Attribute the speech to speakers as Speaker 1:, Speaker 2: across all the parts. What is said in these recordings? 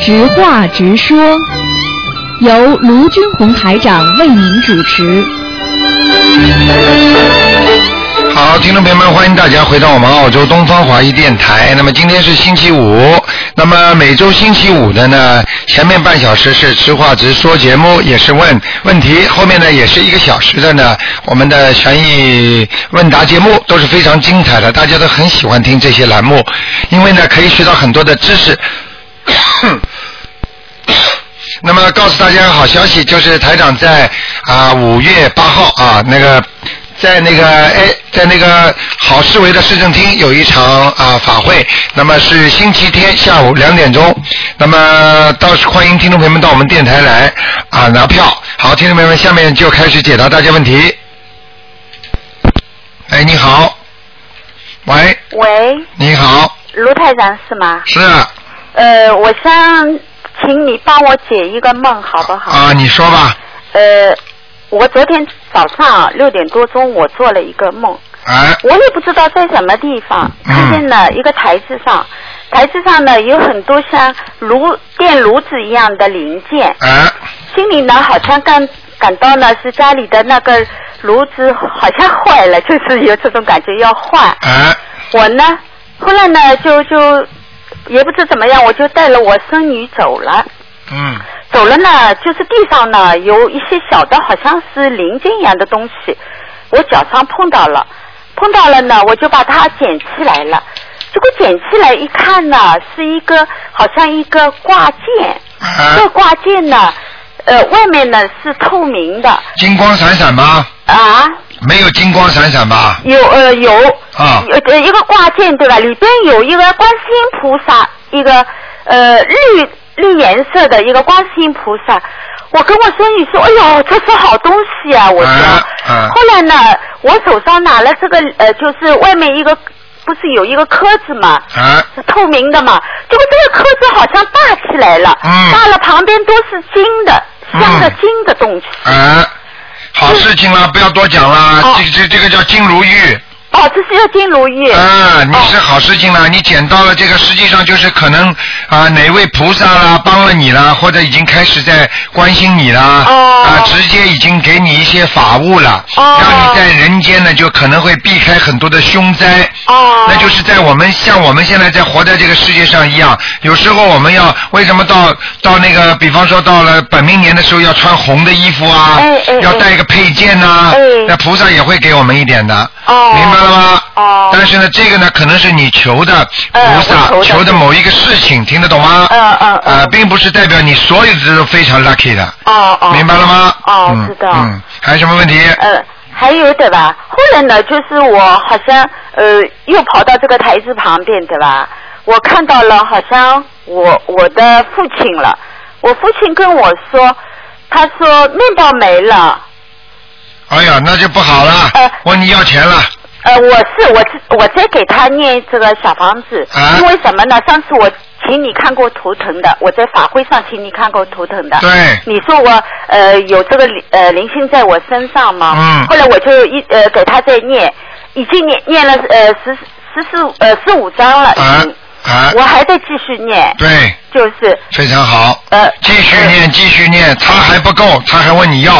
Speaker 1: 直话直说，由卢军红台长为您主持。
Speaker 2: 好，听众朋友们，欢迎大家回到我们澳洲东方华语电台。那么今天是星期五，那么每周星期五的呢，前面半小时是直话直说节目，也是问问题，后面呢也是一个小时的呢，我们的悬疑问答节目都是非常精彩的，大家都很喜欢听这些栏目，因为呢可以学到很多的知识。那么告诉大家个好消息，就是台长在啊五、月八号啊那个在那个哎在那个好市委的市政厅有一场啊法会，那么是星期天下午两点钟，那么到时欢迎听众朋友们到我们电台来啊拿票。好，听众朋友们，下面就开始解答大家问题。哎，你好，喂，
Speaker 3: 喂，
Speaker 2: 你好，
Speaker 3: 卢台长是吗？
Speaker 2: 是啊
Speaker 3: 呃，我想请你帮我解一个梦，好不好？
Speaker 2: 啊，你说吧，
Speaker 3: 呃，我昨天早上啊六点多钟，我做了一个梦，
Speaker 2: 哎，
Speaker 3: 我也不知道在什么地方，
Speaker 2: 嗯
Speaker 3: 看见了一个台子上，台子上呢有很多像炉电炉子一样的零件，
Speaker 2: 哎，
Speaker 3: 心里呢好像感感到呢是家里的那个炉子好像坏了，就是有这种感觉要换。
Speaker 2: 哎，
Speaker 3: 我呢，后来呢，就就也不知怎么样，我就带了我孙女走了。
Speaker 2: 嗯，
Speaker 3: 走了呢，就是地上呢有一些小的，好像是零件一样的东西，我脚上碰到了，碰到了呢，我就把它捡起来了。结果捡起来一看呢，是一个好像一个挂件，这
Speaker 2: 哎
Speaker 3: 个，挂件呢，呃，外面呢是透明的
Speaker 2: 金光闪闪吧。
Speaker 3: 啊，
Speaker 2: 没有金光闪闪吧？
Speaker 3: 有呃有
Speaker 2: 啊
Speaker 3: 有呃一个挂件对吧？里边有一个观世音菩萨，一个呃绿绿颜色的一个观世音菩萨。我跟我孙女说：“哎呦，这是好东西啊！”我说。
Speaker 2: 啊啊
Speaker 3: 后来呢，我手上拿了这个呃，就是外面一个不是有一个壳子嘛，
Speaker 2: 啊，
Speaker 3: 是透明的嘛。结果这个壳子好像大起来了，
Speaker 2: 嗯
Speaker 3: 大了旁边都是金的，像个
Speaker 2: 嗯
Speaker 3: 金的东西。
Speaker 2: 啊，好事情啦，不要多讲啦，
Speaker 3: 哦
Speaker 2: 这这这个叫金如玉
Speaker 3: 哦，这是叫哦金如玉。
Speaker 2: 啊，你是好事情啦，你捡到了这个，实际上就是可能啊哪位菩萨啦帮了你啦，或者已经开始在关心你啦，
Speaker 3: 哦
Speaker 2: 啊直接已经给你一些法物了，
Speaker 3: 哦
Speaker 2: 让你在人间呢就可能会避开很多的凶灾。
Speaker 3: 哦。
Speaker 2: 那就是在我们像我们现在在活在这个世界上一样，有时候我们要为什么到到那个，比方说到了本命年的时候要穿红的衣服啊，
Speaker 3: 哎哎
Speaker 2: 要带一个配件呐、
Speaker 3: 哎
Speaker 2: 那菩萨也会给我们一点的，
Speaker 3: 哦
Speaker 2: 明白了吗？
Speaker 3: 哦
Speaker 2: 但是呢，这个呢可能是你求的菩
Speaker 3: 呃
Speaker 2: 萨、
Speaker 3: 我求
Speaker 2: 求
Speaker 3: 的
Speaker 2: 的某一个事情，听得懂吗？
Speaker 3: 嗯嗯嗯
Speaker 2: 呃，并不是代表你所有的都非常 lucky 的，
Speaker 3: 哦哦，
Speaker 2: 明白了吗？
Speaker 3: 哦，
Speaker 2: 嗯
Speaker 3: 知道。
Speaker 2: 嗯，还有什么问题？
Speaker 3: 呃，还有对吧？后来呢，就是我好像呃又跑到这个台子旁边对吧？我看到了好像我我的父亲了，我父亲跟我说，他说面包没了。
Speaker 2: 哎呀，那就不好了，
Speaker 3: 呃
Speaker 2: 问你要钱了。
Speaker 3: 呃，我是我是我在给他念这个小房子，
Speaker 2: 啊
Speaker 3: 因为什么呢？上次我请你看过图腾的，我在法会上请你看过图腾的。
Speaker 2: 对
Speaker 3: 你说我呃有这个灵呃灵性在我身上吗？
Speaker 2: 嗯
Speaker 3: 后来我就一呃给他在念，已经念念了呃十十四呃十五章了，已
Speaker 2: 啊
Speaker 3: 经，
Speaker 2: 啊
Speaker 3: 我，还在继续念，
Speaker 2: 对，
Speaker 3: 就是
Speaker 2: 非常好，
Speaker 3: 呃
Speaker 2: 继续念，继续念，他还不够，他还问你要，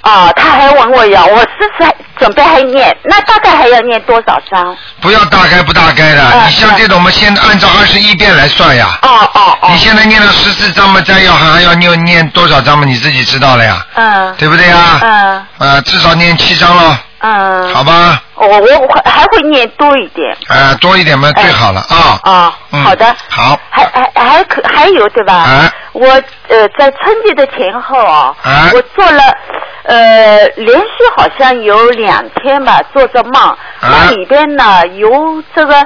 Speaker 3: 啊、他还问我要，我这次还准备还念，那大概还要念多少章？
Speaker 2: 不要大概不大概的，
Speaker 3: 嗯
Speaker 2: 你像这种我们现在按照二十一遍来算呀，
Speaker 3: 哦哦哦
Speaker 2: 你，现在念了十四章嘛，再要还要念念多少章嘛，你自己知道了呀，
Speaker 3: 嗯
Speaker 2: 对不对呀？
Speaker 3: 嗯
Speaker 2: 啊，至少念七章喽，
Speaker 3: 嗯，
Speaker 2: 好吧？
Speaker 3: 我我会还会念多一点
Speaker 2: 啊，多一点嘛最好了啊。
Speaker 3: 啊、
Speaker 2: 嗯
Speaker 3: 哎好的，
Speaker 2: 好，
Speaker 3: 还还还可还有对吧？
Speaker 2: 啊
Speaker 3: 我呃在春节的前后啊，
Speaker 2: 啊
Speaker 3: 我做了呃连续好像有两天吧，做着梦，
Speaker 2: 啊
Speaker 3: 那里边呢有这个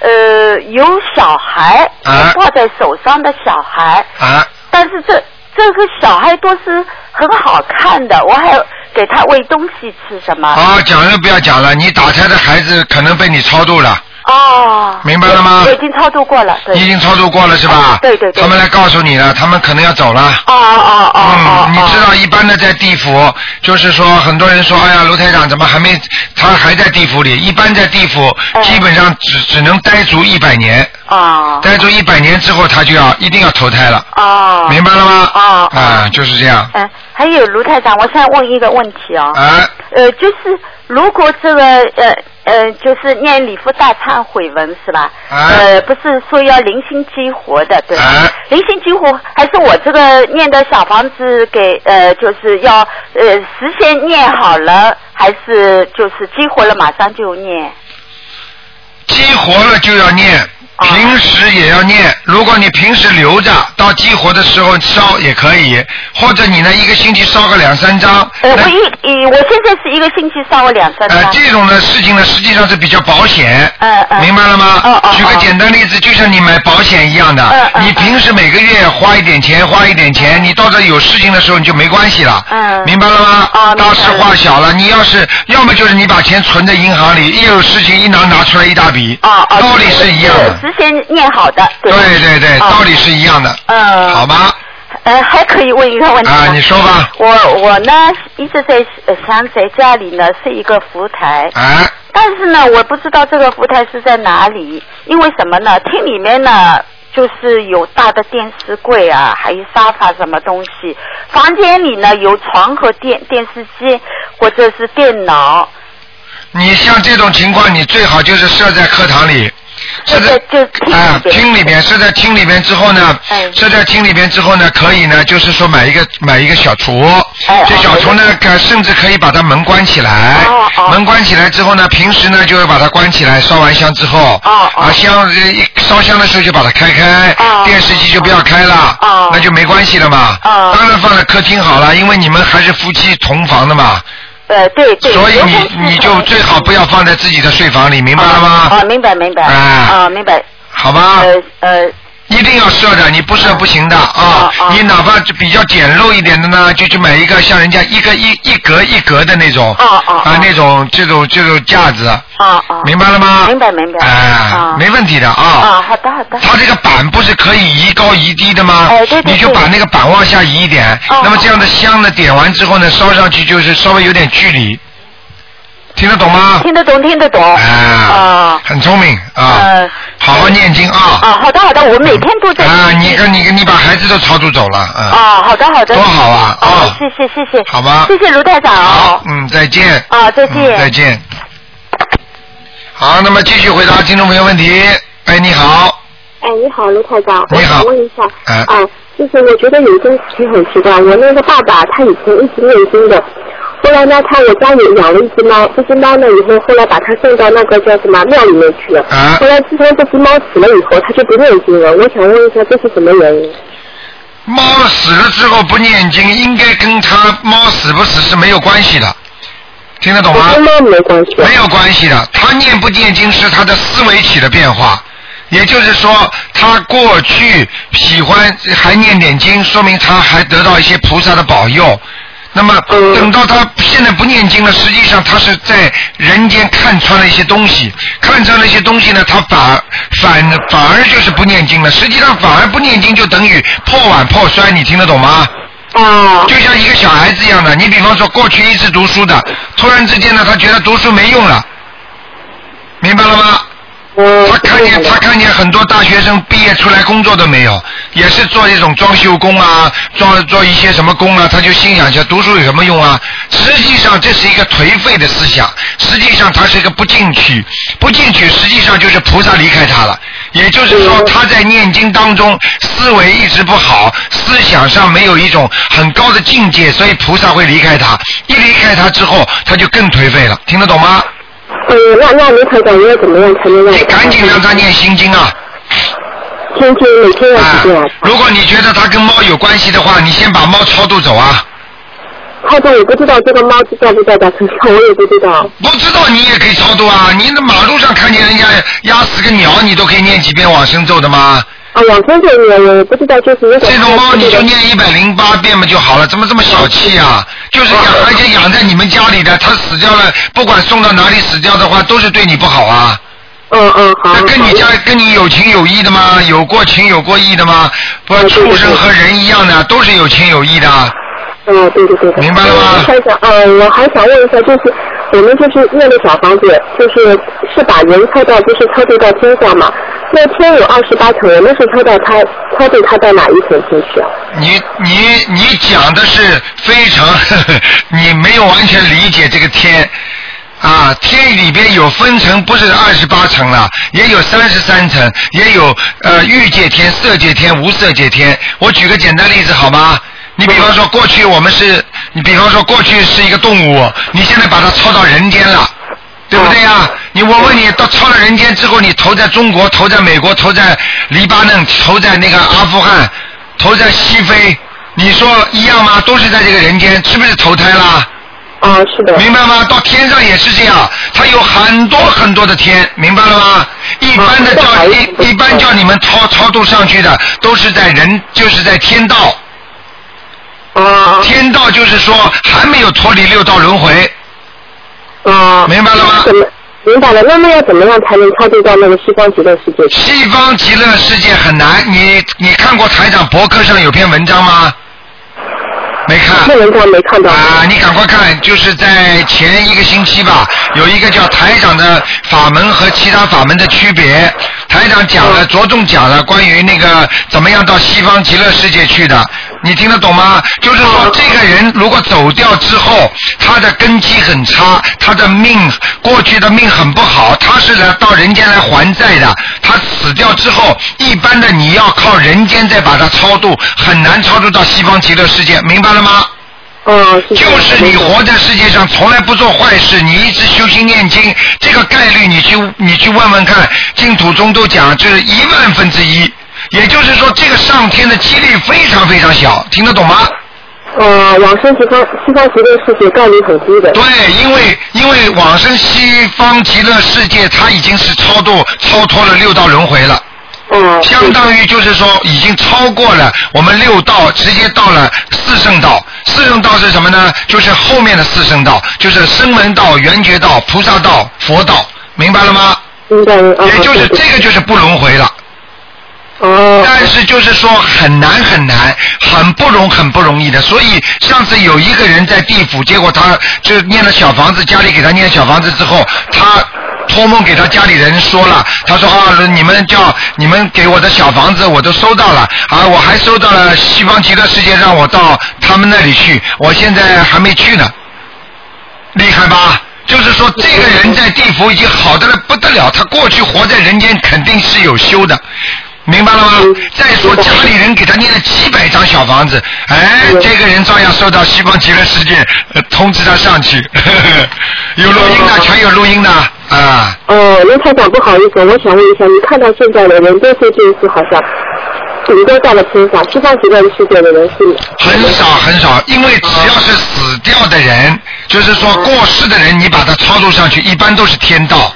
Speaker 3: 呃有小孩，
Speaker 2: 啊
Speaker 3: 抱在手上的小孩，
Speaker 2: 啊，
Speaker 3: 但是这这个小孩都是很好看的，我还给他喂东西吃什么。
Speaker 2: 啊哦好，讲都不要讲了，你打胎的孩子可能被你超度了，
Speaker 3: 哦，
Speaker 2: 明白了吗
Speaker 3: 我已经超度过了，对。
Speaker 2: 你已经超度过了是吧
Speaker 3: 啊？对对对
Speaker 2: 他们来告诉你了，他们可能要走了。
Speaker 3: 哦哦哦哦哦。
Speaker 2: 嗯，你知道一般的在地府，就是说很多人说，哎呀，卢台长怎么还没，他还在地府里。一般在地府，
Speaker 3: 哎
Speaker 2: 基本上只只能待足一百年，
Speaker 3: 哦
Speaker 2: 待足一百年之后，他就要一定要投胎了，
Speaker 3: 哦。
Speaker 2: 明白了吗？
Speaker 3: 哦哦
Speaker 2: 啊，就是这样。
Speaker 3: 嗯，还有卢台长，我现在问一个问题哦。
Speaker 2: 啊，
Speaker 3: 呃，就是如果这个呃呃，就是念礼佛大忏悔文是吧？
Speaker 2: 啊
Speaker 3: 呃，不是说要灵性激活的，对吧？
Speaker 2: 啊
Speaker 3: 灵性激活还是我这个念的小房子给呃，就是要呃实现念好了，还是就是激活了马上就念？
Speaker 2: 激活了就要念，
Speaker 3: 哦
Speaker 2: 平时也要念。如果你平时留着，到激活的时候烧也可以，或者你呢一个星期烧个两三张。
Speaker 3: 呃，
Speaker 2: 那
Speaker 3: 我一一我现在是一个星期烧了两三
Speaker 2: 呃，
Speaker 3: 张。
Speaker 2: 这种的事情呢，实际上是比较保险，
Speaker 3: 嗯嗯
Speaker 2: 明白了吗？
Speaker 3: 嗯嗯
Speaker 2: 举个简单例子，就像你买保险一样的，
Speaker 3: 嗯嗯
Speaker 2: 你平时每个月花一点钱，花一点钱，你到这有事情的时候你就没关系了，
Speaker 3: 嗯
Speaker 2: 明白了吗？
Speaker 3: 哦明白
Speaker 2: 大
Speaker 3: 了
Speaker 2: 事化小了，你要是要么就是你把钱存在银行里，一有事情一拿拿出来一大笔，
Speaker 3: 哦哦，
Speaker 2: 道理是一样的，
Speaker 3: 实现念好的，对吧
Speaker 2: 对对对，
Speaker 3: 哦
Speaker 2: 道理是一样的，
Speaker 3: 嗯，
Speaker 2: 好吧？
Speaker 3: 呃，还可以问一个问题吗
Speaker 2: 啊，你说吧，
Speaker 3: 我我呢一直在呃想在家里呢设一个佛台，
Speaker 2: 哎，
Speaker 3: 但是呢我不知道这个佛台是在哪里，因为什么呢？厅里面呢就是有大的电视柜啊，还有沙发什么东西，房间里呢有床和电电视机或者是电脑，
Speaker 2: 你像这种情况，你最好就是设在课堂里，设
Speaker 3: 这
Speaker 2: 在
Speaker 3: 个就厅里
Speaker 2: 啊，
Speaker 3: 面
Speaker 2: 厅里面是在厅里面之后呢
Speaker 3: 哎，
Speaker 2: 是在厅里面之后呢，可以呢，就是说买一个买一个小橱
Speaker 3: 哎，
Speaker 2: 这
Speaker 3: 哦
Speaker 2: 小橱呢，可甚至可以把它门关起来
Speaker 3: 哦，哦
Speaker 2: 门关起来之后呢，平时呢就会把它关起来，烧完香之后，
Speaker 3: 哦哦
Speaker 2: 啊香呃一烧香的时候就把它开开
Speaker 3: 哦，
Speaker 2: 电视机就不要开了
Speaker 3: 哦，
Speaker 2: 那就没关系了嘛，
Speaker 3: 哦
Speaker 2: 当然放在客厅好了，因为你们还是夫妻同房的嘛，
Speaker 3: 呃对对，
Speaker 2: 所以
Speaker 3: 尤其
Speaker 2: 你
Speaker 3: 是
Speaker 2: 你就最好不要放在自己的睡房里，明白了
Speaker 3: 哦
Speaker 2: 吗？
Speaker 3: 哦，明白明白，
Speaker 2: 啊
Speaker 3: 啊明白，
Speaker 2: 好吧。
Speaker 3: 呃呃。
Speaker 2: 一定要设的，你不设不行的啊
Speaker 3: 哦！哦
Speaker 2: 你哪怕比较简陋一点的呢，就去买一个像人家一个一一格一格的那种，
Speaker 3: 哦哦
Speaker 2: 啊
Speaker 3: 哦
Speaker 2: 那种这种这种架子，
Speaker 3: 啊啊！
Speaker 2: 明白了吗？
Speaker 3: 明白明白
Speaker 2: 哎
Speaker 3: 哦，
Speaker 2: 没问题的啊。
Speaker 3: 啊，好的好的。
Speaker 2: 它这个板不是可以移高移低的吗？
Speaker 3: 哎对对
Speaker 2: 你就
Speaker 3: 对
Speaker 2: 把那个板往下移一点，
Speaker 3: 哦
Speaker 2: 那么这样的香呢点完之后呢，烧上去就是稍微有点距离，听得懂吗？
Speaker 3: 听得懂，听得懂。
Speaker 2: 啊
Speaker 3: 啊，
Speaker 2: 很聪明啊
Speaker 3: 呃，
Speaker 2: 好好念经啊。
Speaker 3: 啊，好的好的，我每天都在。
Speaker 2: 啊，你跟你跟你把孩子都超度走了，啊，
Speaker 3: 啊，好的好的。
Speaker 2: 多好啊啊
Speaker 3: 啊，谢谢谢谢。
Speaker 2: 好吧
Speaker 3: 谢谢卢台长
Speaker 2: 好
Speaker 3: 哦，。
Speaker 2: 嗯，再见。
Speaker 3: 啊，再
Speaker 2: 嗯
Speaker 3: 见。
Speaker 2: 再见。好，那么继续回答听众朋友问题。哎，你好，
Speaker 4: 哎，你好，卢台长，
Speaker 2: 你
Speaker 4: 我
Speaker 2: 好
Speaker 4: 想问一下，
Speaker 2: 哎
Speaker 4: 啊、就是我觉得有一件事情很奇怪，我那个爸爸他以前一直念经的，后来呢，他我家里养了一只猫，这只猫呢以后后来把它送到那个叫什么庙里面去了，
Speaker 2: 哎
Speaker 4: 后来自从这只猫死了以后，他就不念经了，我想问一下这是什么原因？
Speaker 2: 猫死了之后不念经，应该跟它猫死不死是没有关系的，听得懂吗？
Speaker 4: 跟猫没关系吧，
Speaker 2: 啊
Speaker 4: 啊
Speaker 2: 没有关系的，他念不念经是他的思维起了变化，也就是说，他过去喜欢还念点经，说明他还得到一些菩萨的保佑。那么
Speaker 4: 嗯
Speaker 2: 等到他现在不念经了，实际上他是在人间看穿了一些东西，看穿了一些东西呢，他反反反而就是不念经了。实际上反而不念经就等于破碗破摔，你听得懂吗？嗯
Speaker 4: 啊，
Speaker 2: 就像一个小孩子一样的，你比方说过去一直读书的，突然之间呢，他觉得读书没用了，明白了吗？
Speaker 4: 嗯，
Speaker 2: 他看见他看见很多大学生毕业出来工作都没有，也是做这种装修工啊，做做一些什么工啊，他就心想一下读书有什么用啊？实际上这是一个颓废的思想，实际上他是一个不进取，不进取实际上就是菩萨离开他了，也就是说
Speaker 4: 嗯
Speaker 2: 他在念经当中思维一直不好，思想上没有一种很高的境界，所以菩萨会离开他，一离开他之后他就更颓废了，听得懂吗？
Speaker 4: 嗯，那那卢台长应该怎么样才能让
Speaker 2: 你哎赶紧让他念心经啊！
Speaker 4: 天天每天要几遍
Speaker 2: 啊
Speaker 4: 啊？，
Speaker 2: 如果你觉得它跟猫有关系的话，你先把猫超度走啊。
Speaker 4: 台长，我不知道这个猫在不在他身上，我也不知道。
Speaker 2: 不知道你也可以超度啊！你那马路上看见人家压死个鸟，你都可以念几遍往生咒的吗？
Speaker 4: 啊，养生这个我不知道，就是如果
Speaker 2: 这种猫你就念一百零八遍嘛就好了，怎么这么小气啊？就是养，而且养在你们家里的，它死掉了，不管送到哪里死掉的话，都是对你不好啊。
Speaker 4: 嗯嗯，好。
Speaker 2: 那跟你家
Speaker 4: 好
Speaker 2: 跟你有情有义的吗？有过情有过义的吗？不，
Speaker 4: 嗯对对
Speaker 2: 畜
Speaker 4: 对
Speaker 2: 生和人一样的，都是有情有义的。
Speaker 4: 嗯，对对对的。
Speaker 2: 明白了吗
Speaker 4: 我还想，呃，我还想问一下，就是我们就是念的小房子，就是是把人超到，就是超度到天上嘛。那天有二十八层，我们是超到他，超度他到哪一层进去啊？
Speaker 2: 你你你讲的是非常， 你没有完全理解这个天啊，天里边有分层，不是二十八层了，也有三十三层，也有呃欲界天、色界天、无色界天。我举个简单例子好吗？你比方说过去我们是，你比方说过去是一个动物，你现在把它超到人间了。对不对呀、你我问你，到超了人间之后，你投在中国，投在美国，投在黎巴嫩，投在那个阿富汗，投在西非，你说一样吗？都是在这个人间，是不是投胎啦？
Speaker 4: 啊，是的。
Speaker 2: 明白吗？到天上也是这样，它有很多很多的天，明白了吗？一般的
Speaker 4: 嗯
Speaker 2: 叫
Speaker 4: 明白
Speaker 2: 一一般叫你们超超度上去的，都是在人，就是在天道。
Speaker 4: 啊
Speaker 2: 天道就是说还没有脱离六道轮回，
Speaker 4: 啊。
Speaker 2: 明白了吗
Speaker 4: 怎么？明白了，那么要怎么样才能超度到那个西方极乐世界去？
Speaker 2: 西方极乐世界很难，你你看过台长博客上有篇文章吗？没看
Speaker 4: 那文章没看到。
Speaker 2: 啊，你赶快看，就是在前一个星期吧，有一个叫台长的法门和其他法门的区别。台长讲
Speaker 4: 嗯
Speaker 2: 了，着重讲了关于那个怎么样到西方极乐世界去的，你听得懂吗？就是说，这个人如果走掉之后，他的根基很差，他的命过去的命很不好，他是来到人间来还债的。他死掉之后，一般的你要靠人间再把他超度，很难超度到西方极乐世界，明白了吗？
Speaker 4: 嗯，是这
Speaker 2: 就
Speaker 4: 样的
Speaker 2: 是你活在世界上从来不做坏事，你一直修心念经，这个概率你去你去问问看，净土宗都讲就是一万分之一，也就是说这个上天的几率非常非常小，听得懂吗？
Speaker 4: 呃，往生西方西方极乐世界概率很低的。
Speaker 2: 对，因为因为往生西方极乐世界，它已经是超度超脱了六道轮回了。
Speaker 4: 嗯，
Speaker 2: 相当于就是说已经超过了我们六道，直接到了四圣道。四圣道是什么呢？就是后面的四圣道，就是声闻道、缘觉道、菩萨道、佛道，明白了吗？
Speaker 4: 应该啊，
Speaker 2: 也就是
Speaker 4: 对
Speaker 2: 这个就是不轮回了。
Speaker 4: 哦，
Speaker 2: 但是就是说很难很难，很不容很不容易的。所以上次有一个人在地府，结果他就念了小房子，家里给他念小房子之后，他托梦给他家里人说了，他说啊，你们叫你们给我的小房子我都收到了啊，我还收到了西方极乐世界，让我到他们那里去，我现在还没去呢，厉害吧？就是说，这个人在地府已经好的了不得了，他过去活在人间肯定是有修的，明白了吗
Speaker 4: 嗯？
Speaker 2: 再说
Speaker 4: 明白
Speaker 2: 家里人给他念了几百张小房子，哎，
Speaker 4: 嗯
Speaker 2: 这个人照样收到西方极乐世界、呃通知他上去， 有录音的，全有录音的啊。
Speaker 4: 哦，刘台长不好意思，我想问一下，你看到现在的人都说这一次好像顶多到了天上，西方极乐世界的人是
Speaker 2: 很少很少，因为只要是死掉的人，就是说过世的人，你把他超度上去，一般都是天道。哦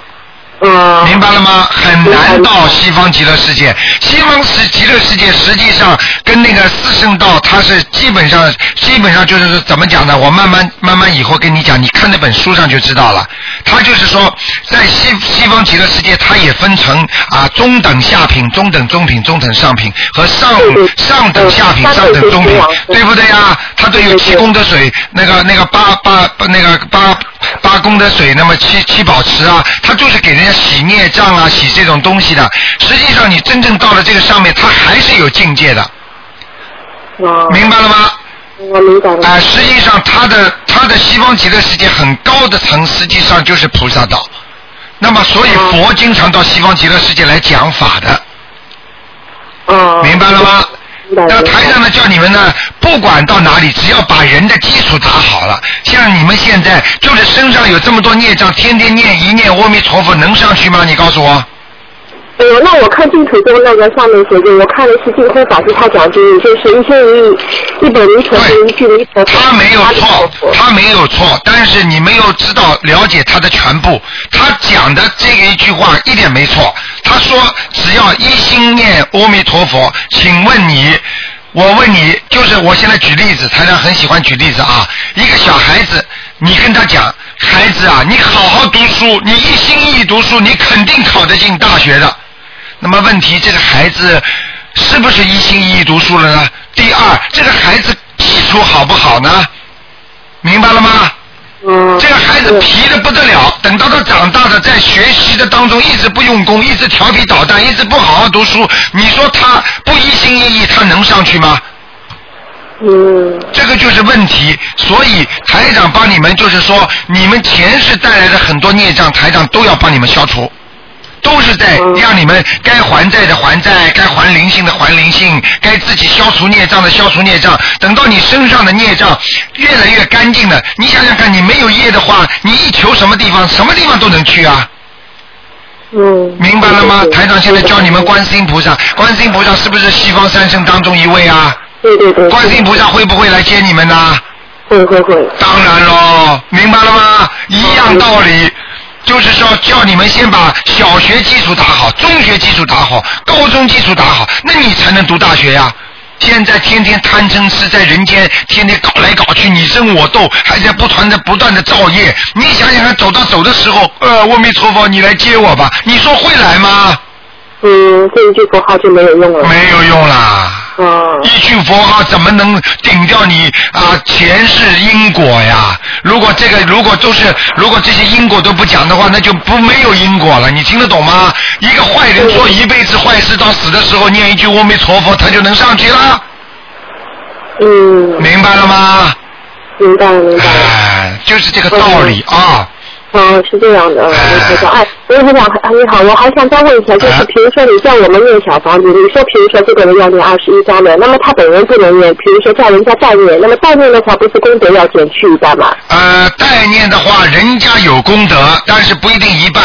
Speaker 4: 嗯，
Speaker 2: 明白了吗？很难
Speaker 4: 明白
Speaker 2: 到西方极乐世界。西方是极乐世界，实际上跟那个四圣道，它是基本上基本上就是怎么讲呢？我慢慢慢慢以后跟你讲，你看那本书上就知道了。它就是说，在西西方极乐世界，它也分成啊中等下品、中等中品、中等上品和上
Speaker 4: 对对
Speaker 2: 上等下品、
Speaker 4: 嗯
Speaker 2: 上等中品
Speaker 4: 上等中，品
Speaker 2: 对不对呀？它都有
Speaker 4: 对对
Speaker 2: 提供的水，那个那个八八八那个八八公的水，那么七七宝池啊，它就是给人家洗孽障啊、洗这种东西的。实际上，你真正到了这个上面，它还是有境界的，
Speaker 4: 哦，
Speaker 2: 明白了吗？
Speaker 4: 我明白了。
Speaker 2: 啊、实际上它的它的西方极乐世界很高的层，实际上就是菩萨道。那么，所以
Speaker 4: 哦
Speaker 2: 佛经常到西方极乐世界来讲法的，
Speaker 4: 哦，
Speaker 2: 明白了吗？
Speaker 4: 明白了。
Speaker 2: 那台上呢，叫你们呢，不管到哪里，只要把人的基础打好了，像你们现在就是身上有这么多孽障，天天念一念阿弥陀佛，能上去吗？你告诉我。
Speaker 4: 哎呦，那我看净土宗那个上面写着，我看的是净空法师他讲经，就是一心一意，一本弥陀佛，一句弥陀佛，
Speaker 2: 他没有
Speaker 4: 阿弥陀
Speaker 2: 错
Speaker 4: 佛，
Speaker 2: 他没有错，但是你没有知道了解他的全部。他讲的这一句话一点没错。他说只要一心念阿弥陀佛，请问你，我问你，就是我现在举例子，台上很喜欢举例子啊。一个小孩子，你跟他讲，孩子啊，你好好读书，你一心一意读书，你肯定考得进大学的。那么问题，这个孩子是不是一心一意读书了呢？第二，这个孩子技术好不好呢？明白了吗？
Speaker 4: 嗯，
Speaker 2: 这个孩子皮的不得了，等到他长大了，在学习的当中一直不用功，一直调皮捣蛋，一直不好好读书，你说他不一心一意，他能上去吗？
Speaker 4: 嗯，
Speaker 2: 这个就是问题，所以台长帮你们就是说，你们前世带来的很多孽障，台长都要帮你们消除，都是在
Speaker 4: 嗯
Speaker 2: 让你们该还债的还债，该还灵性的还灵性，该自己消除孽障的消除孽障。等到你身上的孽障越来越干净了，你想想看，你没有业的话，你一求什么地方，什么地方都能去啊。
Speaker 4: 嗯，
Speaker 2: 明白了吗？
Speaker 4: 对对对
Speaker 2: 台长现在教你们观世音菩萨，观世音菩萨是不是西方三圣当中一位啊？
Speaker 4: 对对对，
Speaker 2: 观世音菩萨会不会来接你们呢、
Speaker 4: 会会会，
Speaker 2: 当然喽，明白了吗？一样道理，就是说叫你们先把小学基础打好，中学基础打好，高中基础打好，那你才能读大学呀、现在天天贪嗔痴在人间，天天搞来搞去，你争我斗，还在不断的不断的造业。你想想看，走到走的时候，呃，阿弥陀佛，你来接我吧，你说会来吗？
Speaker 4: 嗯，这一句佛号就没有用了，
Speaker 2: 没有用啦。
Speaker 4: 嗯
Speaker 2: 一句佛号怎么能顶掉你啊前世因果呀？如果这个如果都是如果这些因果都不讲的话，那就不没有因果了。你听得懂吗？一个坏人做一辈子坏事，到死的时候念一句阿弥陀佛，他就能上去了，
Speaker 4: 嗯，
Speaker 2: 明白了吗？
Speaker 4: 明白了明白了。
Speaker 2: 哎，就是这个道理啊。
Speaker 4: 嗯，是这样的，嗯，
Speaker 2: 哎
Speaker 4: 我觉得，哎，刘台长，哎你好，我还想再问一下，就是
Speaker 2: 哎
Speaker 4: 比如说你叫我们念小房子，你说比如说这个人要念二十一章的，那么他本人不能念，比如说叫人家代念，那么代念的话，不是功德要减去一半吗？
Speaker 2: 呃，代念的话，人家有功德，但是不一定一半，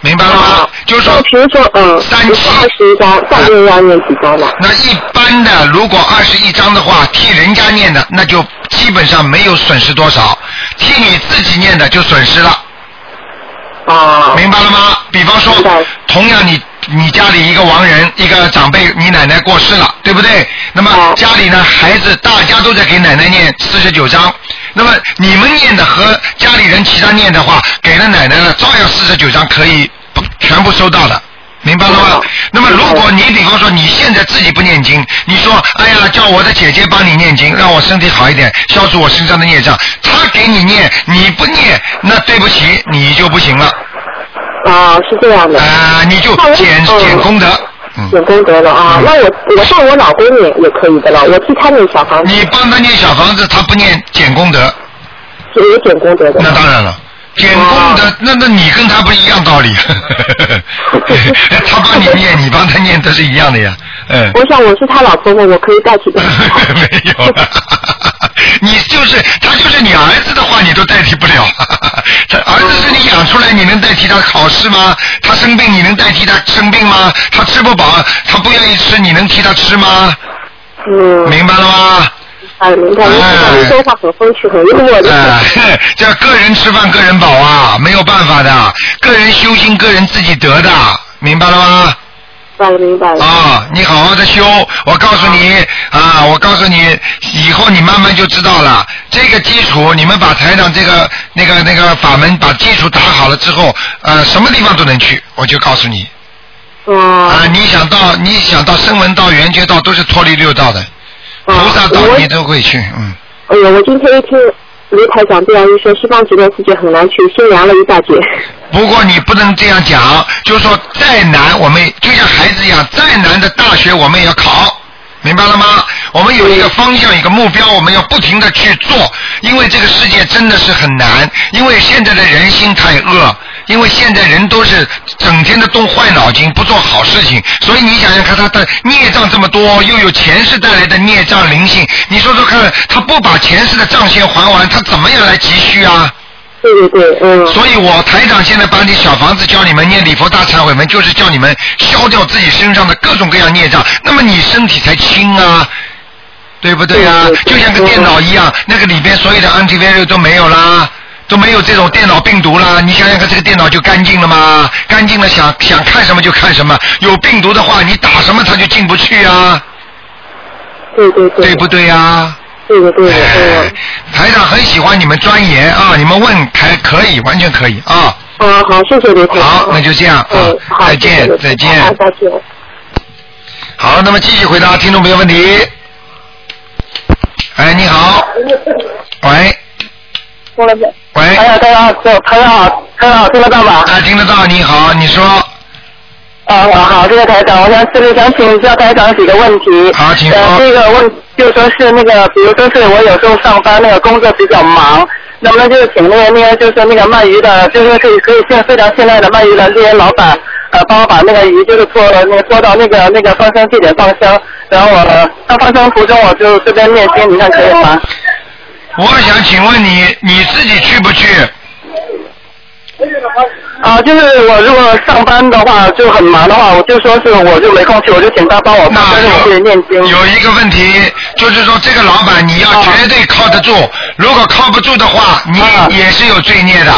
Speaker 2: 明白了吗
Speaker 4: 啊？
Speaker 2: 就是
Speaker 4: 那
Speaker 2: 说，
Speaker 4: 比如说，嗯，
Speaker 2: 三
Speaker 4: 比如
Speaker 2: 七
Speaker 4: 说二十一章，代念要念几章呢？
Speaker 2: 那一般的，如果二十一章的话，替人家念的，那就基本上没有损失多少；替你自己念的就损失了，
Speaker 4: 啊，
Speaker 2: 明白了吗？比方说
Speaker 4: 明白，
Speaker 2: 同样你你家里一个亡人，一个长辈，你奶奶过世了，对不对？那么
Speaker 4: 嗯
Speaker 2: 家里呢，孩子大家都在给奶奶念四十九章，那么你们念的和家里人其他念的话，给了奶奶了，照样四十九章可以全部收到的。明白了吗
Speaker 4: 嗯？
Speaker 2: 那么如果你比方说你现在自己不念经，你说哎呀叫我的姐姐帮你念经，让我身体好一点，消除我身上的孽障，她给你念，你不念，那对不起你就不行了
Speaker 4: 啊，是这样的。
Speaker 2: 啊、你就
Speaker 4: 那我
Speaker 2: 减
Speaker 4: 嗯
Speaker 2: 减功德。嗯，
Speaker 4: 有功德了啊！
Speaker 2: 嗯
Speaker 4: 那我我带我老公念也可以的了，我替他念小房子
Speaker 2: 你帮他念小房子，他不念减功德，
Speaker 4: 也有减功德的。
Speaker 2: 那当然了。
Speaker 4: 嗯
Speaker 2: 减功德，那那你跟他不是一样道理？ 他帮你念，你帮他念，都是一样的呀。嗯。
Speaker 4: 我想我是他老婆嘛，我可以代替 他。
Speaker 2: 没有了，你就是他就是你儿子的话，你都代替不了。他儿子是你养出来，你能代替他考试吗？他生病，你能代替他生病吗？他吃不饱，他不愿意吃，你能替他吃吗？
Speaker 4: 嗯，
Speaker 2: 明白了吗？
Speaker 4: 哎，明白。
Speaker 2: 哎
Speaker 4: 您说话很风趣，很幽默 的。
Speaker 2: 哎，这个人吃饭个人饱啊，没有办法的，个人修心，个人自己得的，明白了吗？
Speaker 4: 明白了，明白了。
Speaker 2: 啊，你好好的修，我告诉你啊，我告诉你，以后你慢慢就知道了。这个基础，你们把台长这个那个那个法门把基础打好了之后，呃，什么地方都能去，我就告诉你啊，
Speaker 4: 嗯，
Speaker 2: 你想到你想到声闻道、缘觉道都是脱离六道的，菩萨道你
Speaker 4: 哦我
Speaker 2: 都会去，嗯，
Speaker 4: 哎呀，啊我今天一听卢台长这样一说，西方极乐世界很难去，心凉了一大截。
Speaker 2: 不过你不能这样讲，就是说再难，我们就像孩子一样，再难的大学我们也要考，明白了吗？我们有一个方向，一个目标，我们要不停的去做，因为这个世界真的是很难，因为现在的人心太恶，因为现在人都是整天的动坏脑筋，不做好事情，所以你想想看，他的孽障这么多，又有前世带来的孽障灵性，你说说看，他不把前世的账先还完，他怎么样来积蓄啊？
Speaker 4: 对对对，嗯，
Speaker 2: 所以我台长现在把你小房子教你们念礼佛大忏悔文，就是叫你们消掉自己身上的各种各样孽障，那么你身体才轻啊。对不对啊
Speaker 4: 对？对
Speaker 2: 就
Speaker 4: 对
Speaker 2: 像个电脑一样，那个里边所有的 antivirus 都没有啦，都没有这种电脑病毒啦。你想想看，这个电脑就干净了吗？干净了想想看什么就看什么，有病毒的话，你打什么它就进不去啊，
Speaker 4: 对对对，
Speaker 2: 对不对啊？
Speaker 4: 对对的对的，
Speaker 2: 哎
Speaker 4: 嗯，
Speaker 2: 台长很喜欢你们钻研啊，你们问台可以，完全可以啊。
Speaker 4: 啊好，谢谢刘台长。
Speaker 2: 好，那就这样啊
Speaker 4: 嗯，，好，
Speaker 2: 再
Speaker 4: 谢谢
Speaker 2: 见
Speaker 4: 刘，台
Speaker 2: 再
Speaker 4: 长好
Speaker 2: 见。
Speaker 4: 再见。
Speaker 2: 好，那么继续回答听众朋友问题。哎，你好，喂，
Speaker 5: 说了这，
Speaker 2: 喂，
Speaker 5: 哎呀，大家好，台长好，台长好，听得到吧？
Speaker 2: 啊，听得到，你好，你说，
Speaker 5: 啊，好好，这个台长，我想这里想请教台长几个问题。
Speaker 2: 好请
Speaker 5: 呃，
Speaker 2: 说
Speaker 5: 这个问就是说是那个，比如说是我有时候上班那个工作比较忙，那么就是请那个那个就是那个卖鱼的，就是说可以可以现非常信赖的卖鱼的这些老板，呃，帮我把那个鱼就是拖那个拖到那个那个放生地点放生，然后我到放生途中我就这边念经，你看可以吗？
Speaker 2: 我想请问你，你自己去不去？
Speaker 5: 啊，就是我如果上班的话就很忙的话，我就说是我就没空去，我就请他帮我，
Speaker 2: 那
Speaker 5: 但是我自己念经
Speaker 2: 有。有一个问题，就是说这个老板你要
Speaker 5: 啊
Speaker 2: 绝对靠得住，如果靠不住的话，
Speaker 5: 啊
Speaker 2: 你也是有罪孽的。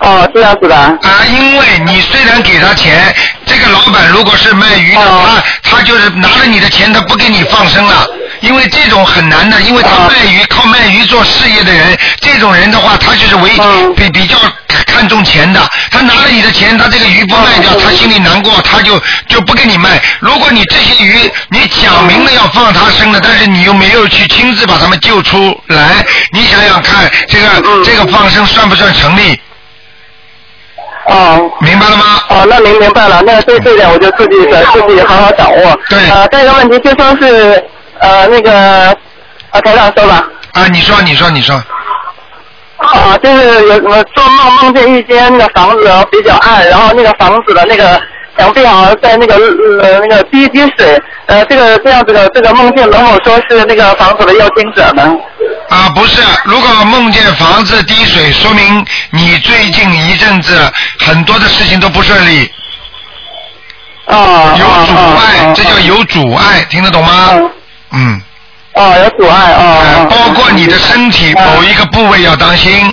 Speaker 5: 哦，这样子的。
Speaker 2: 啊，因为你虽然给他钱，这个老板如果是卖鱼的，
Speaker 5: 哦
Speaker 2: 他他就是拿了你的钱，他不给你放生了。因为这种很难的，因为他
Speaker 5: 哦
Speaker 2: 卖鱼、靠卖鱼做事业的人，这种人的话，他就是为、
Speaker 5: 嗯
Speaker 2: 比比较看重钱的。他拿了你的钱，他这个鱼不卖掉，
Speaker 5: 嗯
Speaker 2: 他心里难过，他就就不给你卖。如果你这些鱼，你讲明了要放他生的，但是你又没有去亲自把他们救出来，你想想看，这个、
Speaker 5: 嗯
Speaker 2: 这个放生算不算成立？
Speaker 5: 哦。
Speaker 2: 明白了吗？
Speaker 5: 哦，那您明白了，那个对这点我就自己得自己好好掌握。
Speaker 2: 对
Speaker 5: 呃，这个问题就说是呃那个啊，台长说吧。
Speaker 2: 啊，你说，你说，你说，
Speaker 5: 啊，就是有什么做梦梦见一间那个房子哦比较暗，然后那个房子的那个墙壁好像在那个呃那个滴滴水，呃这个这样子的这个梦境能否说是那个房子的要经者呢？
Speaker 2: 啊，不是，如果梦见房子滴水，说明你最近一阵子很多的事情都不顺利，
Speaker 5: 啊啊
Speaker 2: 有阻碍
Speaker 5: 啊，！
Speaker 2: 这叫有阻碍，听得懂吗？嗯，
Speaker 5: 啊有阻碍啊
Speaker 2: 呃
Speaker 5: 啊。
Speaker 2: 包括你的身体
Speaker 5: 啊
Speaker 2: 某一个部位要当心。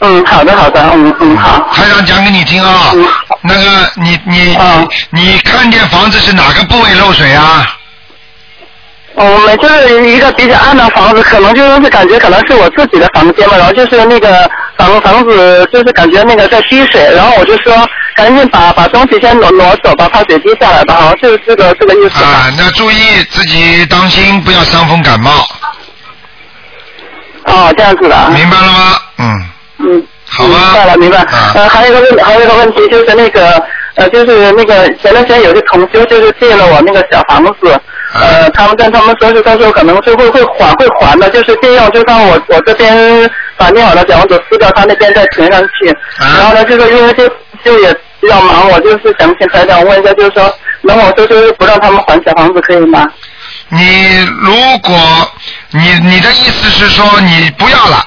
Speaker 5: 嗯，好的好的，嗯嗯好。
Speaker 2: 台长讲给你听啊
Speaker 5: 嗯，
Speaker 2: 那个你你
Speaker 5: 啊
Speaker 2: 你看见房子是哪个部位漏水啊？
Speaker 5: 嗯我们就是一个比较暗的房子，可能就说是感觉可能是我自己的房间嘛，然后就是那个房房子就是感觉那个在滴水，然后我就说赶紧把把东西先挪挪走吧，怕水滴下来吧，好像是这个这个意思吧。
Speaker 2: 啊，那注意自己当心，不要伤风感冒，
Speaker 5: 哦，这样子的啊。
Speaker 2: 明白了吗？嗯。
Speaker 5: 嗯。
Speaker 2: 好吧
Speaker 5: 明白了，明白。
Speaker 2: 啊
Speaker 5: 呃，还有一个问，还有一个问题就是那个，呃，就是那个前段时间有个同修就是借了我那个小房子，
Speaker 2: 啊
Speaker 5: 呃，他们跟他们说是，他说可能是会会还会还的，就是借用，就让我我这边把念好的小房子撕掉，他那边再填上去。
Speaker 2: 啊
Speaker 5: 然后呢，就是因为这就也比较忙，我就是想请台长问一下，就是说能否说就是不让他们还小房子可以吗？
Speaker 2: 啊你如果你你的意思是说你不要了，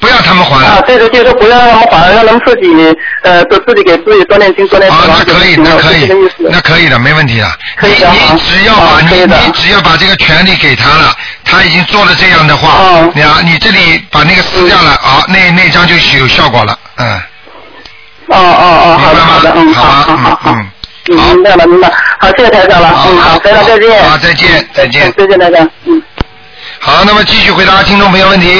Speaker 2: 不要他们还
Speaker 5: 啊
Speaker 2: 了，？
Speaker 5: 对的，就是不要让他们还，让他们自己呃自自己给自己多念经，多念小
Speaker 2: 啊，
Speaker 5: 房
Speaker 2: 那
Speaker 5: 子就
Speaker 2: 可以，
Speaker 5: 行了
Speaker 2: 那可
Speaker 5: 是
Speaker 2: 以
Speaker 5: 这个意思，
Speaker 2: 那可以的，没问题的。
Speaker 5: 可
Speaker 2: 你
Speaker 5: 以的啊
Speaker 2: 你只要把
Speaker 5: 啊
Speaker 2: 你
Speaker 5: 可以的
Speaker 2: 你只要把这个权利给他了，他已经做了这样的话
Speaker 5: 哦，
Speaker 2: 你啊，你这里把那个撕掉了，啊，那那张就有效果了，嗯，
Speaker 5: 哦哦哦，
Speaker 2: 明
Speaker 5: 好的
Speaker 2: 白
Speaker 5: 好
Speaker 2: 吗？
Speaker 5: 的，嗯，好
Speaker 2: 吧，
Speaker 5: 好好好，
Speaker 2: 嗯嗯，
Speaker 5: 嗯，明白了明白，好，谢谢台长了，嗯，好，台长再见，
Speaker 2: 好，再见，再见
Speaker 5: 嗯。再见台长，嗯。
Speaker 2: 好，那么继续回答听众朋友问题。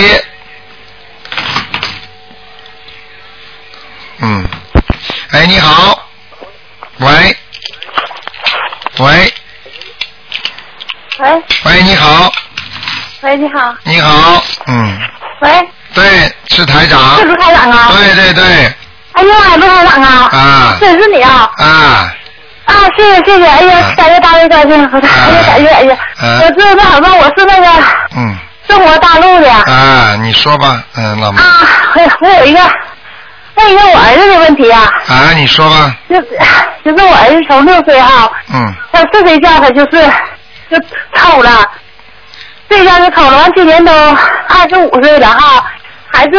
Speaker 2: 嗯，哎，你好，喂，喂，
Speaker 6: 喂
Speaker 2: 喂，你好，
Speaker 6: 喂，你好，
Speaker 2: 你好，嗯，
Speaker 6: 喂，
Speaker 2: 对，是台长
Speaker 6: 是，哎卢台长啊！
Speaker 2: 对对对，
Speaker 6: 哎呀，卢台长啊！
Speaker 2: 啊
Speaker 6: 是是你啊！
Speaker 2: 啊，
Speaker 6: 啊，谢谢谢谢！哎
Speaker 2: 啊
Speaker 6: 呀，感谢大悲观世音菩萨！哎呀，感谢哎呀！
Speaker 2: 啊
Speaker 6: 我这想问，我是那个
Speaker 2: 嗯，
Speaker 6: 中国大陆的啊，
Speaker 2: 啊，你说吧，嗯，老妹，
Speaker 6: 我我有一个问一个我儿子的问题啊，
Speaker 2: 啊，你说吧，
Speaker 6: 就就是我儿子从六岁哈、
Speaker 2: 嗯，
Speaker 6: 他四岁觉他就是就抽了，这下就抽了，完今年都二十五岁了哈，还是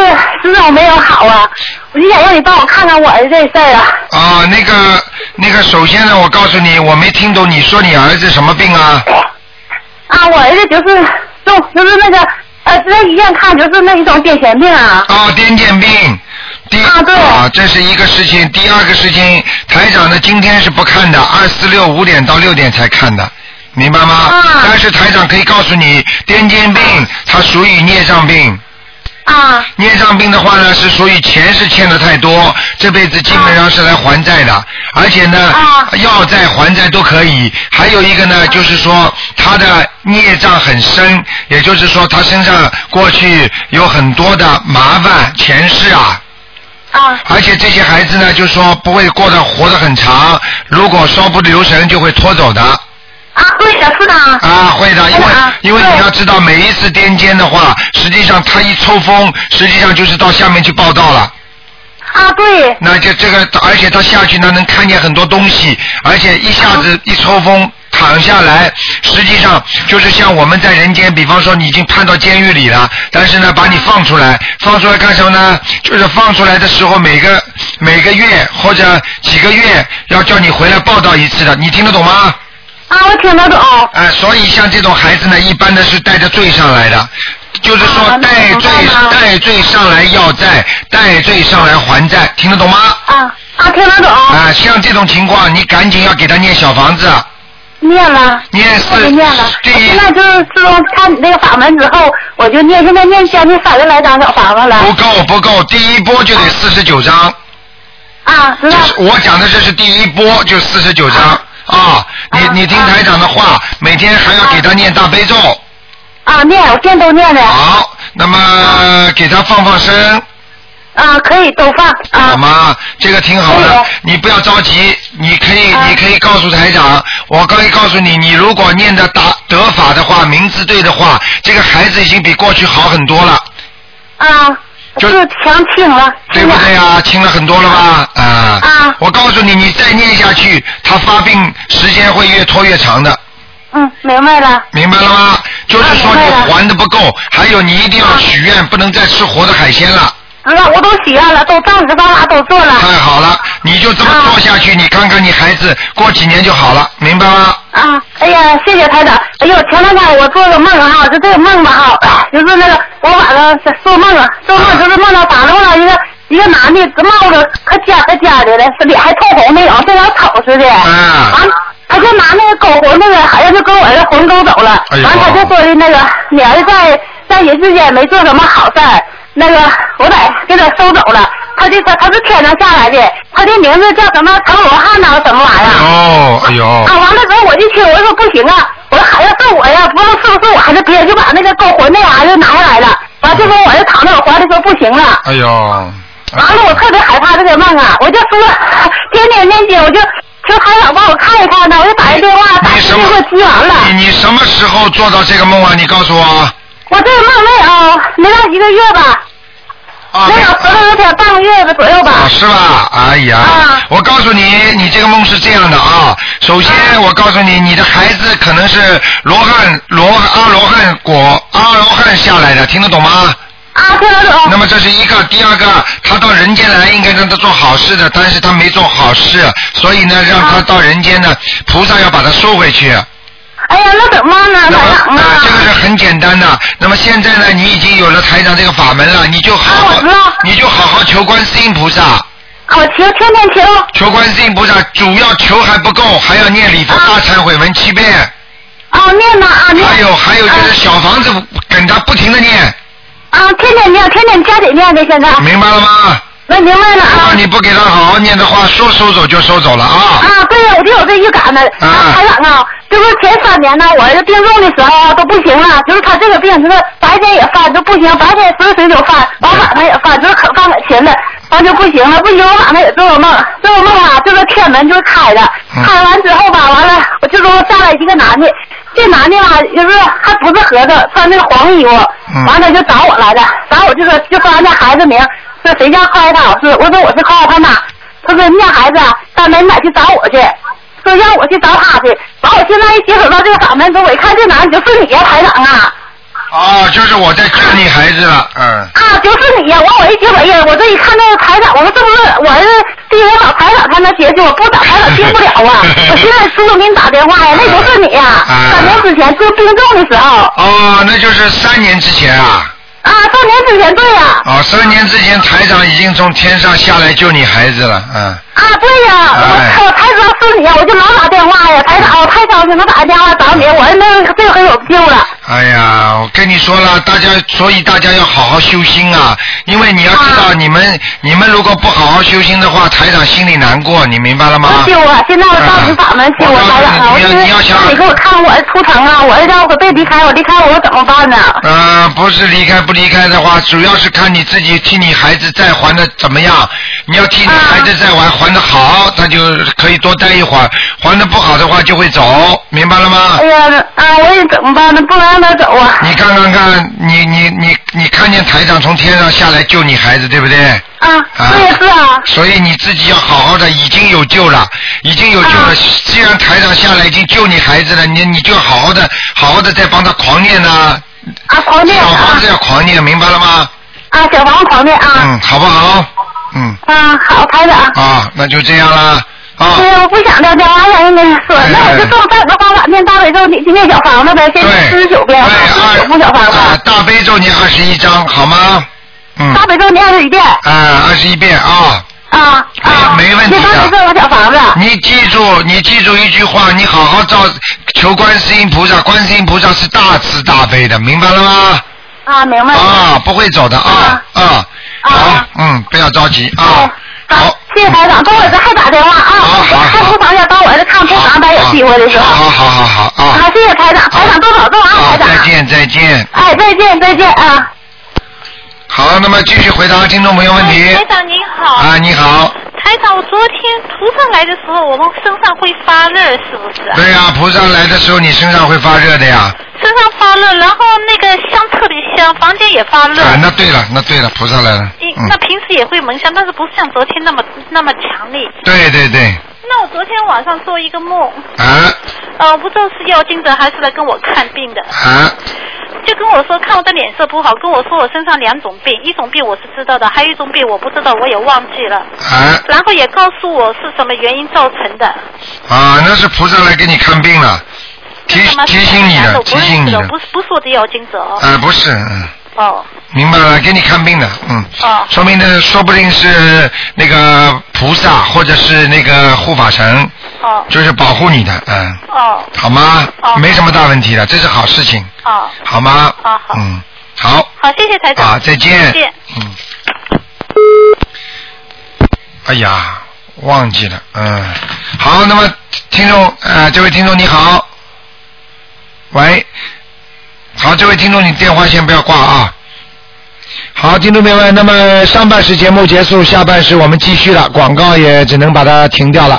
Speaker 6: 始终没有好啊！我就想让你帮我看看我儿子这事儿啊。
Speaker 2: 啊，那个那个，首先呢，我告诉你，我没听懂你说你儿子什么病啊？
Speaker 6: 啊，我儿子就是中，就是那个呃，在医院看就是那一种癫痫病啊。
Speaker 2: 哦，癫痫病。第
Speaker 6: 啊对
Speaker 2: 这是一个事情。第二个事情，台长呢今天是不看的，二四六五点到六点才看的。明白吗？
Speaker 3: 啊
Speaker 2: 但是台长可以告诉你，癫痫病它属于孽障病。
Speaker 3: 啊
Speaker 2: 孽障病的话呢，是属于前世欠的太多，这辈子基本上是来还债的，而且呢，
Speaker 3: 啊
Speaker 2: 要债还债都可以。还有一个呢，就是说他的孽障很深，也就是说他身上过去有很多的麻烦前世啊。
Speaker 3: 啊
Speaker 2: 而且这些孩子呢，就说不会过得活得很长，如果稍不留神就会拖走的。
Speaker 3: 啊！对的，是的。
Speaker 2: 啊，会的，因为
Speaker 3: 会的啊
Speaker 2: 因为你
Speaker 3: 对
Speaker 2: 要知道，每一次癫痫的话，实际上他一抽风，实际上就是到下面去报道了。
Speaker 3: 啊，对。
Speaker 2: 那就这个，而且他下去呢能看见很多东西，而且一下
Speaker 3: 啊
Speaker 2: 子一抽风躺下来，实际上就是像我们在人间，比方说你已经判到监狱里了，但
Speaker 3: 啊
Speaker 2: 是呢把你放出来，放出来干什么呢？就是放出来的时候每个每个月或者几个月要叫你回来报道一次的，你听得懂吗？
Speaker 3: 啊，我听得懂。
Speaker 2: 哎，所以像这种孩子呢，一般的是带着罪上来的，就是说
Speaker 3: 啊那
Speaker 2: 带
Speaker 3: 怎么
Speaker 2: 罪、
Speaker 3: 办呢
Speaker 2: 带罪上来要债，带罪上来还债，听得懂吗？
Speaker 3: 啊啊，听得懂。
Speaker 2: 啊，像这种情况，你赶紧要给他念小房子，
Speaker 3: 念了。
Speaker 2: 念四
Speaker 3: 我给念了，
Speaker 2: 第
Speaker 3: 我
Speaker 2: 一
Speaker 3: 现在就是自从看你那个法门之后，我就念，现在念将近三十来张小房子了
Speaker 2: 不够不够，第一波就得四十九章，
Speaker 3: 啊，
Speaker 2: 就
Speaker 3: 知道
Speaker 2: 是我讲的这是第一波，就四十九章
Speaker 3: 啊
Speaker 2: 啊。你
Speaker 3: 啊
Speaker 2: 你听
Speaker 3: 啊
Speaker 2: 台长的话，每天还要给他念大悲咒，
Speaker 3: 啊，念，我现在都念了
Speaker 2: 好，那么给他放放生。
Speaker 3: 啊，可以都放
Speaker 2: 好
Speaker 3: 啊
Speaker 2: 吗？这个挺好
Speaker 3: 可以
Speaker 2: 的
Speaker 3: 的，
Speaker 2: 你不要着急，你可以，
Speaker 3: 啊
Speaker 2: 你可以告诉台长，我可以告诉你，你如果念的达得法的话，名字对的话，这个孩子已经比过去好很多了，
Speaker 3: 啊，
Speaker 2: 就是
Speaker 3: 强请了，
Speaker 2: 对不对啊？轻了很多了吧？啊，
Speaker 3: 啊
Speaker 2: 我告诉你，你再念下去，他发病时间会越拖越长的。
Speaker 3: 嗯，明白了
Speaker 2: 明白了吗？就是说
Speaker 3: 啊明白
Speaker 2: 你
Speaker 3: 了
Speaker 2: 还的不够，还有你一定要许愿，不能再吃活的海鲜了。
Speaker 3: 知道，啊我都许愿了，都正十八法都做了啊
Speaker 2: 太好了，你就这么做下去，你看看你孩子过几年就好了，明白吗？
Speaker 3: 啊，哎呀，谢谢台长，哎呦，前两天我做个梦哈，就这个梦吧
Speaker 2: 啊
Speaker 3: 哈，就是那个我晚上做梦啊，做梦就是梦到打漏了一个一个男的，直冒着可尖可尖的了，哦是脸还通红那种，就像丑似的，
Speaker 2: 啊
Speaker 3: 完、他就拿那个狗魂那个，好像就跟我儿子魂勾走了。
Speaker 2: 哎呦
Speaker 3: 完他就说的那个，你儿子在在人世间没做什么好事儿，那个我得给他收走了。他这他他是天上下来的，他这名字叫什么唐罗汉呐，什么玩意儿？
Speaker 2: 哦，哎呦，
Speaker 3: 啊，完了之后我就听，我说不行啊，我说孩子是我呀，不知道是不是我还是别人，就把那个勾魂那玩意儿拿下来了。完了，这时候我就躺在我怀里说不行了。
Speaker 2: 哎呦，
Speaker 3: 完啊了，我特别害怕这个梦啊，我就说 天天念经，我就求台长帮我看一看呢，我就打一电哎话，打
Speaker 2: 哎你
Speaker 3: 一
Speaker 2: 什
Speaker 3: 电
Speaker 2: 么
Speaker 3: 话接完了。
Speaker 2: 你你什么时候做到这个梦啊？你告诉我啊。
Speaker 3: 我这个梦没有没到一个月吧，
Speaker 2: 啊
Speaker 3: 没有十多天，半个月吧左右吧。
Speaker 2: 啊，是吧？哎呀，
Speaker 3: 啊
Speaker 2: 我告诉你，你这个梦是这样的啊。首先，我告诉你，你的孩子可能是罗汉罗阿罗汉果阿罗汉下来的，听得懂吗？
Speaker 3: 啊，听得懂
Speaker 2: 那么这是一个，第二个，他到人间来应该让他做好事的，但是他没做好事，所以
Speaker 3: 啊
Speaker 2: 呢，让他到人间呢，菩萨要把他收回去。
Speaker 3: 哎呀，那怎么办呢，台
Speaker 2: 那
Speaker 6: 哎
Speaker 3: 长
Speaker 2: 么、
Speaker 3: 啊
Speaker 2: 这？个是很简单的。那么现在呢，你已经有了台长这个法门了，你就好好，
Speaker 3: 啊我知道
Speaker 2: 你就好好求观世音菩萨，
Speaker 3: 我
Speaker 6: 哦
Speaker 3: 求天天求
Speaker 2: 求观世音菩萨，主要求还不够，还要念礼佛
Speaker 3: 啊
Speaker 2: 大忏悔文七遍，
Speaker 3: 哦，念呐啊念。
Speaker 2: 还有还有就是小房子跟他不停的念，
Speaker 3: 啊，天天念，天天加点念的，现在
Speaker 2: 明白了吗？
Speaker 3: 那明白了
Speaker 2: 如果
Speaker 3: 啊。
Speaker 2: 你不给他好好念的话，说收走就收走了啊。
Speaker 3: 啊，对呀，我就有这预感呢。
Speaker 2: 啊
Speaker 3: 台长啊，这不是前三年呢，我儿子病重的时候啊都不行了，就是他这个病，就是白天也犯，就不行，白天时不时就犯，完晚上也犯，就是可犯可勤了，完就不行了，不行，我晚上也做噩梦，做噩梦啊，这个天门就是开的，
Speaker 2: 嗯
Speaker 3: 开完之后吧，完了，我就说下来一个男的，这男的吧，就是还不是盒子，穿那个黄衣服
Speaker 2: 嗯，
Speaker 3: 完了就找我来的，找我就说就说完这孩子名，说谁叫夸他，我说我说我是夸他妈，他说你家孩子啊，大美奶去找我去，说让我去找他去，完我现在一接手到这个法门中，我一看这男的就是你呀，台长啊。
Speaker 2: 哦，就是我在救你孩子了，嗯。
Speaker 3: 啊，就是你呀！我我一接手，哎呀，我这一看那个台长，我说这不是我儿子第一个找台长才能接去，我不找台长接不了啊！我现在初中给你打电话呀，那都是你呀、
Speaker 2: 啊
Speaker 3: 三年之前就是病重的时候
Speaker 2: 哦，那就是三年之前啊。
Speaker 3: 啊，
Speaker 6: 三年之前对呀、啊。
Speaker 2: 啊，三年之前台长已经从天上下来救你孩子了，嗯。
Speaker 6: 啊对呀、
Speaker 2: 哎
Speaker 6: 我我才知道是你，我就老打电话呀，哦台长，我太高兴了，打个电话找你，我那这回有救了。
Speaker 2: 哎呀，我跟你说了，大家所以大家要好好修心啊，因为你要知道，你们你们如果不好好修心的话，台长心里难过，你明白了吗
Speaker 6: 我？救我，现在我到你法门去，
Speaker 2: 啊
Speaker 6: 我台长
Speaker 2: 我
Speaker 6: 啊，我
Speaker 2: 告诉
Speaker 6: 就
Speaker 2: 你你要你要想
Speaker 6: 是你给我看我出城啊，我让我被离开，我离开我怎么办呢？
Speaker 2: 呃，不是离开不离开的话，主要是看你自己替你孩子债还的怎么样。你要替你孩子债还还的好，他就可以多待一会儿；还的不好的话，就会走，明白了吗
Speaker 6: 哎？呀，啊，我也怎么办呢？不能让他走啊！
Speaker 2: 你看看看，你你你你看见台长从天上下来救你孩子，对不对？
Speaker 6: 啊，
Speaker 2: 啊
Speaker 6: 我也是啊，
Speaker 2: 所以你自己要好好的，已经有救了，已经有救了。
Speaker 6: 啊
Speaker 2: 既然台长下来已经救你孩子了，你你就好好的，好好的再帮他狂念呐、
Speaker 6: 啊，狂
Speaker 2: 小
Speaker 6: 念
Speaker 2: 房
Speaker 6: 啊
Speaker 2: 子，要狂念，明白了吗？
Speaker 6: 啊，小房狂念啊，
Speaker 2: 嗯，好不好？嗯，
Speaker 6: 啊，好，台长。
Speaker 2: 啊，那就这样啦。啊
Speaker 6: 哎，呀，我不想聊天，哎呀，跟你说，那我就照照你的方法念大悲咒，你今天小房子呗，
Speaker 2: 对，
Speaker 6: 先四十
Speaker 2: 对，
Speaker 6: 九遍，四十九部小房
Speaker 2: 二啊，
Speaker 6: 子，
Speaker 2: 大悲咒念二十一章，好吗？嗯，
Speaker 6: 大悲咒念了一遍，
Speaker 2: 啊，二十一遍啊。
Speaker 6: 啊啊，
Speaker 2: 哎没问题的
Speaker 6: 念大悲咒和小房子，
Speaker 2: 你记住，你记住一句话，你好好照求观世音菩萨，观世音菩萨是大慈大悲的，明白了吗？
Speaker 6: 啊，明白。
Speaker 2: 啊，不会走的啊啊，好，嗯，不要着急啊
Speaker 6: 哎，
Speaker 2: 好，
Speaker 6: 谢谢台长，等我儿子还打电话啊，
Speaker 2: 好好
Speaker 6: 我
Speaker 2: 好
Speaker 6: 看库房要帮我儿子看库房，咱有机会的时
Speaker 2: 好
Speaker 6: 候。
Speaker 2: 好好好好啊
Speaker 6: 好，，谢谢台长，台长多保重啊，
Speaker 2: 好，
Speaker 6: 台长。
Speaker 2: 再。见再见，
Speaker 6: 哎，再见，再见啊。
Speaker 2: 好，那么继续回答听众朋友问题
Speaker 3: 哎台长您好，
Speaker 2: 啊，你好，
Speaker 3: 台长，我昨天菩萨来的时候，我们身上会发热，是不是啊？
Speaker 2: 对呀、菩萨来的时候你身上会发热的呀，
Speaker 3: 身上发热，然后那个香特别香，房间也发热。
Speaker 2: 啊，那对了那对了，菩萨来了，
Speaker 3: 你
Speaker 2: 嗯
Speaker 3: 那，平时也会闷香，但是不是像昨天那么那么强烈。
Speaker 2: 对对对，
Speaker 3: 那我昨天晚上做一个梦，
Speaker 2: 啊
Speaker 3: 呃，我不知道是药精者还是来跟我看病的，
Speaker 2: 啊
Speaker 3: 就跟我说看我的脸色不好，跟我说我身上两种病，一种病我是知道的，还有一种病我不知道，我也忘记了。
Speaker 2: 啊
Speaker 3: 然后也告诉我是什么原因造成的，
Speaker 2: 啊，那是菩萨来给你看病了，提
Speaker 3: 是什么
Speaker 2: 提醒你的，
Speaker 3: 我
Speaker 2: 提
Speaker 3: 不认
Speaker 2: 醒
Speaker 3: 识
Speaker 2: 你
Speaker 3: 的，
Speaker 2: 的，
Speaker 3: 不是不是我的药精者哦。
Speaker 2: 啊，不是，嗯。
Speaker 3: 哦
Speaker 2: 明白了，给你看病的，嗯，
Speaker 3: 哦
Speaker 2: 说明的说不定是那个菩萨或者是那个护法神，
Speaker 3: 哦
Speaker 2: 就是保护你的，嗯，
Speaker 3: 哦
Speaker 2: 好吗？
Speaker 3: 哦
Speaker 2: 没什么大问题的，这是好事情，
Speaker 3: 哦，
Speaker 2: 好吗？
Speaker 3: 哦好
Speaker 2: 嗯，好，
Speaker 3: 好，谢谢台长。
Speaker 2: 啊，再见。
Speaker 3: 再见。
Speaker 2: 嗯。哎呀，忘记了，嗯，好，那么听众，呃，这位听众你好，喂，好，这位听众你电话先不要挂啊。好，听众朋友们，那么上半时节目结束，下半时我们继续了，广告也只能把它停掉了。